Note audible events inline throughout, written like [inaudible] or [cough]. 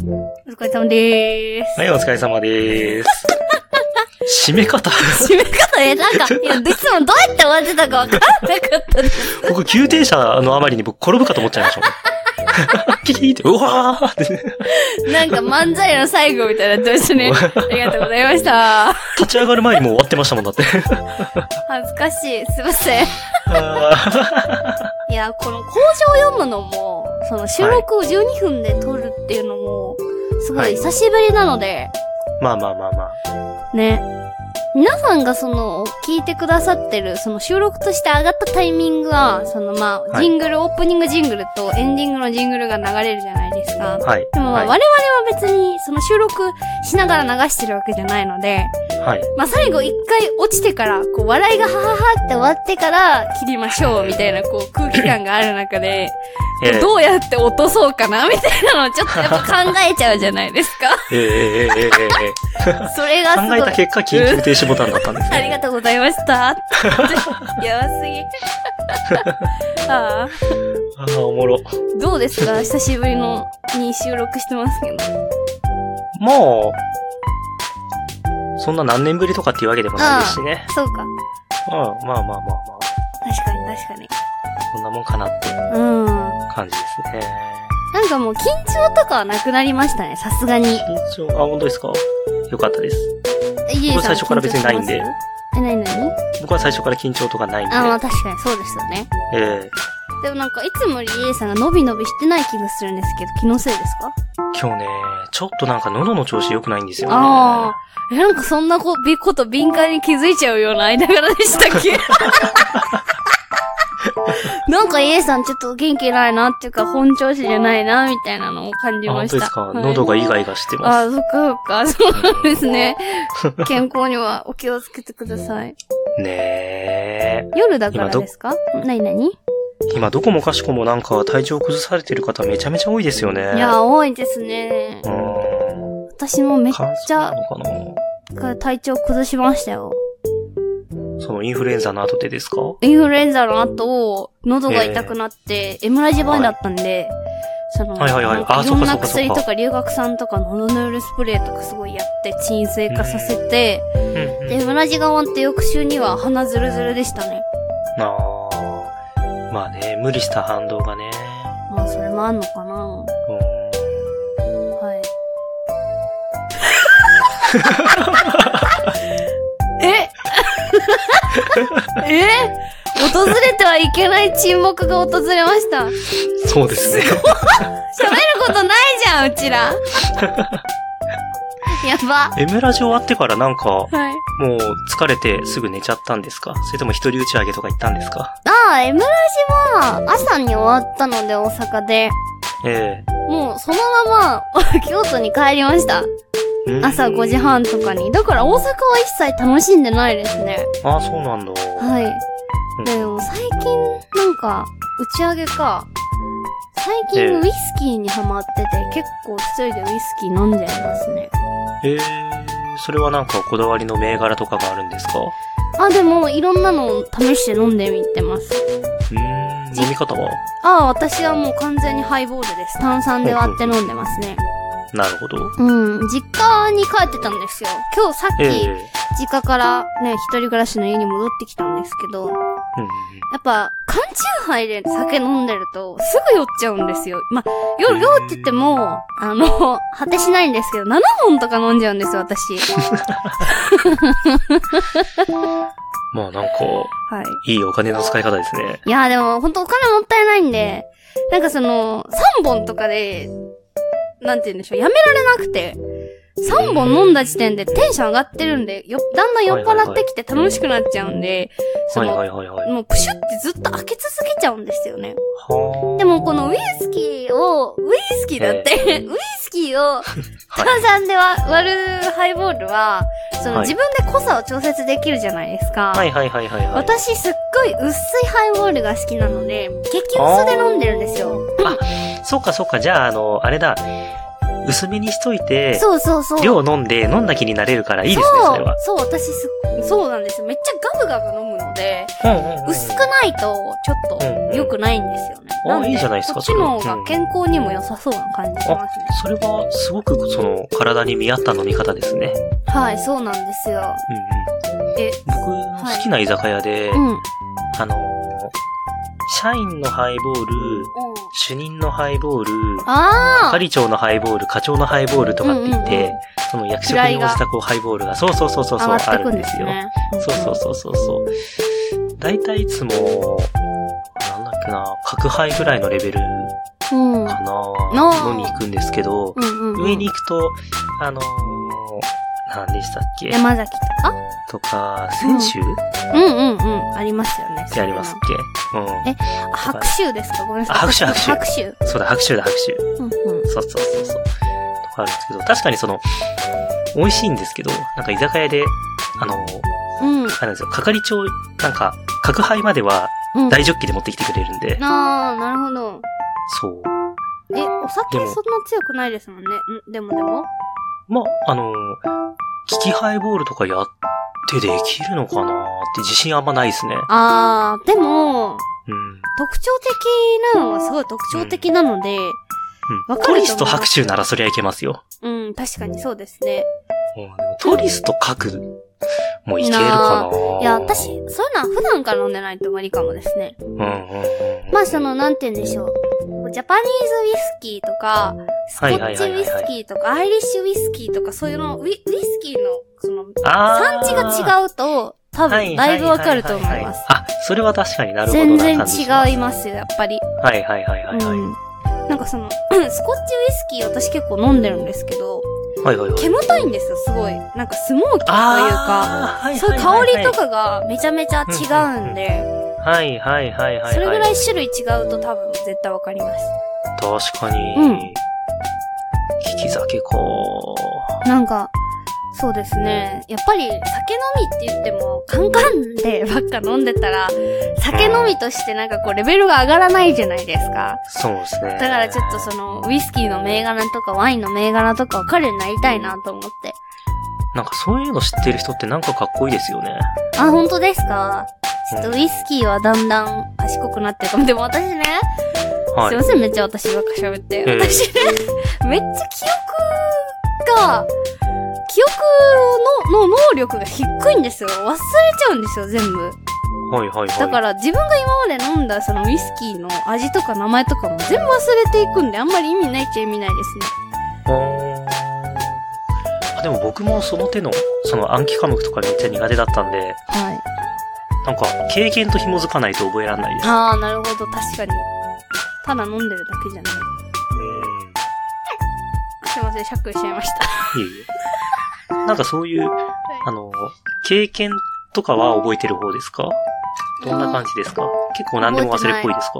疲れ様でーす。はい、お疲れ様でーす。締め方 [laughs] 締め方ね、なんか、いや、いつもどうやって終わってたかわかんなかったです。僕、急停車のあまりに僕、転ぶかと思っちゃいましたもん。 [laughs] キキーって、うわーって、なんか漫才の最後みたいになってましたね。ありがとうございました。立ち上がる前にもう終わってましたもんだって。 [laughs] 恥ずかしい。すいません。あいや、この工場を読むのも、その収録を12分で撮るっていうのも、すごはいい久しぶりなので、ーまあまあまあまあ。ね。皆さんがその、聞いてくださってる、その収録として上がったタイミングは、そのまあ、はいジングル、オープニングジングルとエンディングのジングルが流れるじゃないですか。はい。でもまあ、はい。我々は別に、その収録しながら流してるわけじゃないので、はい。まあ最後一回落ちてから、こう、笑いがはははって終わってから切りましょう、みたいな、こう、空気感がある中で、 [laughs] ええどうやって落とそうかな、みたいなのをちょっとやっぱ考えちゃうじゃないです [laughs] か。ええええええええそれがす考ごえい。た結果、緊急停止ボタンだったんですあね。りがとうございま [laughs] した。やばすぎ。 [laughs] ああああ、おもろ。どうですか久しぶりのに収録してます [laughs] けど。もう、そんな何年ぶりとかっていうわけでもないですしね。そうか。うん、まあまあまあまあ。確かに確こんなもんかなってかに。うん。感じですね。なんかもう緊張とかはなくなりましたね、さすがに。緊張、あ、本当ですかよかったです。イ僕は最初から別にないんで。え、なになに僕は最初から緊張とかないんで。あ、まあ確かにそうですよね。ええでもなんかいつもよりイエさんが伸び伸びしてない気がするんですけど、気のせいですか今日ね、ちょっとなんか喉の調子良くないんですよね。ああ。え、なんかそんなこびこと敏感に気づいちゃうような間柄でした [laughs] っけなんかイエさんちょっと元気ないなっていうか本調子じゃないなみたいなのを感じあま本し当た。ですか。はい喉がイガイガしてあまあ、す。そっかそっか。そうなんです [laughs] ね。健康にはお気をつけてください。ねえ。夜だからですかなになに今どこもかしこもなんか体調崩されてる方めちゃめちゃ多いですよね。いや、多いですねう。ーん。私もめっ感ち想なゃのかな体調崩しましたよ。そのインフルエンザの後でですかインフルエンザの後、喉が痛くなって、エムラジバンだったんで、その、はいはいはいなんかあいろんなそうかそうかそう薬かとか、留学さんとかのノヌールスプレーとかすごいやって、鎮静化させて、うんうんで、エムラジが終わって翌週には鼻ズルズルでしたね。なあまあね、無理した反動がね。まあ、それもあんのかなはい。 [laughs] ええ訪れてはいけない沈黙が訪れました。うん、そうで [laughs] すね。喋ることないじゃん、うちら。 [laughs] やば。エムラジ終わってからなんか、もはい。う疲れてすぐ寝ちゃったんですかそれとも一人打ち上げとか行ったんですかああ、エムラジは朝に終わったので、大阪で。えもう、そのまま、 [laughs] 京都に帰りました。えうん朝5時半とかに。だから大阪は一切楽しんでないですね。ああ、そうなんだ。うはい。んでも最近、なんか、打ち上げか。最ええ近ウイスキーにハマってて、結構一人でウイスキー飲んじゃいますね。ええそれはなんかこだわりの銘柄とかがあるんですかあ、でも、いろんなのを試して飲んでみてます。うーん、飲み方はああ、私はもう完全にハイボールです。炭酸で割って飲んでますね。なるほど。うん、実家に帰ってたんですよ。今日さっええき、実家からね、一人暮らしの家に戻ってきたんですけど、やうんうんっぱ、缶チューハイで酒飲んでると、すぐ酔っちゃうんですよ。まあ、酔う酔うって言っても、あの、 [laughs] 果てしないんですけど、7本とか飲んじゃうんですよ、私。まあなんか、はい。いいお金の使い方ですね。いやーでも、ほんとお金もったいないんで、なんかその、3本とかで、なんて言うんでしょう、やめられなくて、3本飲んだ時点でテンション上がってるんで、よ、だんだん酔っ払ってきて楽しくなっちゃうんで、そはいの、はいはいはい。もうプシュってずっと開け続けちゃうんですよね。はあ。でもこのウイスキーを、ウイスキーだって、ウイスキーを、炭 [laughs] はい。酸で割るハイボールは、そのはい自分で濃さを調節できるじゃないですか。はいはいはいはいはい。私すっごい薄いハイボールが好きなので、激薄で飲んでるんですよ。そうかそうか、じゃあ、あの、あれだ。薄めにしといて、そうそうそう。量飲んで、飲んだ気になれるからいいですね、それは。そう、そう、私すっ、そうなんですよ。めっちゃガブガブ飲むので、薄くないとちょっうんうとん良くないんですよね。あんあ、いいじゃないですこか、っちれはの方うがん健康にも良さそうな感じしますね。それは、すごく、その、体に見合った飲み方ですね。はい、そうなんですよ。うんうん。え、僕の好きな居酒屋で、うん。うん。あのー、社員のハイボール、主任のハイボール、あー係長のハイボール、課長のハイボールとかって言って、うんうんうんその役職に応じたこうハイボールが、そうそうそうそう上そう、がっあてるくんんでですすよ。ね。そうそうそうそうそう。だいたいいつも、なんだっけな、角杯ぐらいのレベルうん。うんかあな、ー飲みに行くんですけど、うんうん。上に行くと、あのー、何でしたっけ山崎とかとか、選手っうんうんうん。ありますよね。てありますっけうん。あ白州ですかごめんなさい。あ白州白白州。そうだ、拍手だ、拍手。うんうん。そうそうそうそう。とかあるんですけど、確かにその、美味しいんですけど、なんか居酒屋で、あの、うん。あれなんですよ、係長、なんか、角杯まではうん。大ジョッキで持ってきてくれるんで、あー、なるほど。そう。え、お酒そでんもな強くないですもんね。んでもでも。まあ、あの、利きハイボールとかやってできるのかなって自信あんまないですね。あー、でも、うん。特徴的なのはすごい特徴的なので、うわん、かるとト思いますリスと拍手ならそりゃいけますよ。うん、確かにそうですね。うん、でもトリスと角もいけるかな。いや、私、そういうのは普段から飲んでないと無理かもですね。うんうんうん。まあ、その、なんて言うんでしょう。ジャパニーズウイスキーとか、スコはいはいッはチいウはいはいイスキーとか、アイリッシュウイスキーとか、そういうの、ウイウイスキーの、その、あ産地が違うと、多分、だいぶわかると思います。あ、それは確かになるほど全な然感じします違いますよ、やっぱり。はいはいはいはいはい。うん。なんかその、スコッチウイスキー私結構飲んでるんですけど、はいはいはい。煙たいんですよ、すごい。なんかスモーキーというか、あー、はそういう香りと。かがめちゃめちゃ違うんで、はいはいはいはい。それぐらい。い種類違うと多分絶対わかります。確かに。うん聞き酒か。なんか、そうですね。やっぱり酒飲みって言っても、カンカンでばっか飲んでたら、酒飲みとしてなんかこうレベルが上がらないじゃないですか。そうですね。だからちょっとその、ウイスキーの銘柄とかワインの銘柄とかわかるようになりたいなと思って。なんかそういうの知ってる人ってなんかかっこいいですよね。あ、本当ですかちょっとうウイスキーはだんだん賢くなってるかも。でも私ね、はいすいま。せん、めっちゃ私ばっか喋って。ええ私ね、 [laughs] めっちゃ記憶が、記憶の、の能力が低いんですよ。忘れちゃうんですよ、全部。はいはいはい。だから自分が今まで飲んだそのウイスキーの味とか名前とかも全部忘れていくんで、あんまり意味ないっちゃ意味ないですね。あーあでも僕もその手の、その暗記科目とかめっちゃ苦手だったんで、はい。なんか経験と紐づかないと覚えられないです。あー、なるほど、確かに。ただ飲んでるだけじゃない。うんすいません、しゃっくりしちゃいましいえいえ。なんかそういう、あの、経験とかは覚えてる方ですかた。どんな感じですか結構何でも忘れっぽいですか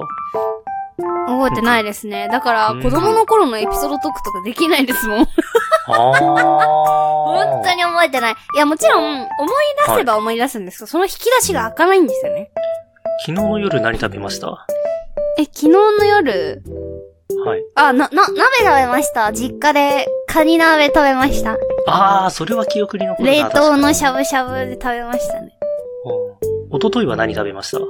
覚えてないですね。だから、うん子供の頃のエピソードトークとかできないですもん。ああ。本当に覚えてない。いや、もちろん、思い出せば思い出すんですけど、その引き出しが開かないんですよね。昨日の夜何食べましたはえ、昨日の夜、い。あ、な、な、鍋食べました。実家で、カニ鍋食べました。ああ、それは記憶に残るな。冷確か凍にのしゃぶしゃぶで食べましたね。うん。一昨日は何食べましたう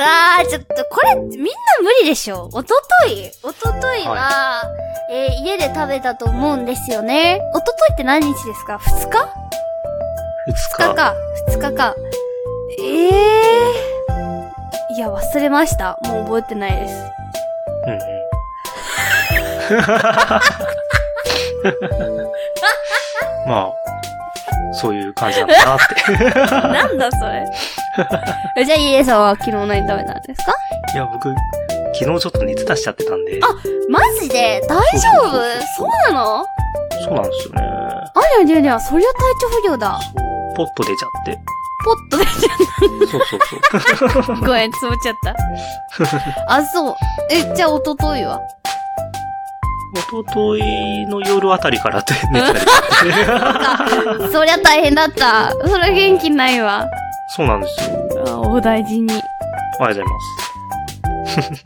わー、ちょっと、これ、みんな無理でしょ。おととい、おとといは、えー家で食べたと思うんですよね。おとといって何日ですか ?2 日二2日日。か、2日か。ええー。いや、忘れました。もう覚えてないです。うんうん。 [laughs] まあ、そういう感じなんだなって。 [laughs] なんだそれ。え [laughs] じゃあ、イエさんは昨日何食べたんですかいや、僕、昨日ちょっと熱出しちゃってたんで。マジで大丈夫そうなのそうなんですよね。ありゃりゃりゃ、そりゃ体調不良だ。ポッと出ちゃって。ポッと出ちゃっそうそうそ [laughs] う。た。ごめん、つぼっちゃった。 [laughs] あ、そう。え、じゃあ、おとといは一昨日の夜あたりからって熱出ちゃって。 [laughs] そりゃ大変だった。そりゃ元気ないわ。そうなんですよ。あお大事に。おはようございま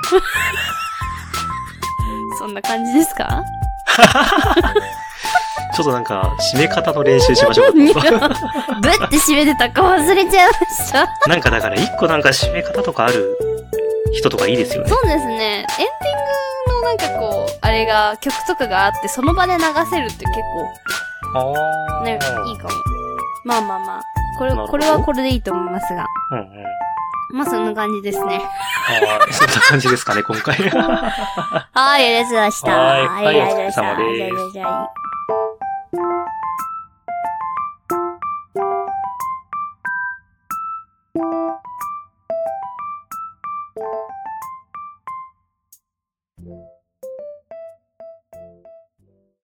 そんな感じですかす。ちょっとなんか、締め方の練習しましょいやうか。 [laughs] ぶって閉めてたか忘れちゃいました。なんかだから、一個なんか締め方とかある人とかいいですよね。そうですね。エンディングのなんかこう、あれが、曲とかがあって、その場で流せるって結ああ。構、ね、いいかも。まあまあまあ。これ、なるほどこれはこれでいいと思いますが。うんうん。まあそんな感じですね。はい。そんな感じですかね、今回。はい、ありがとうございました。はいはいお疲れ様ですありがとうございましたじゃあじゃあじゃあ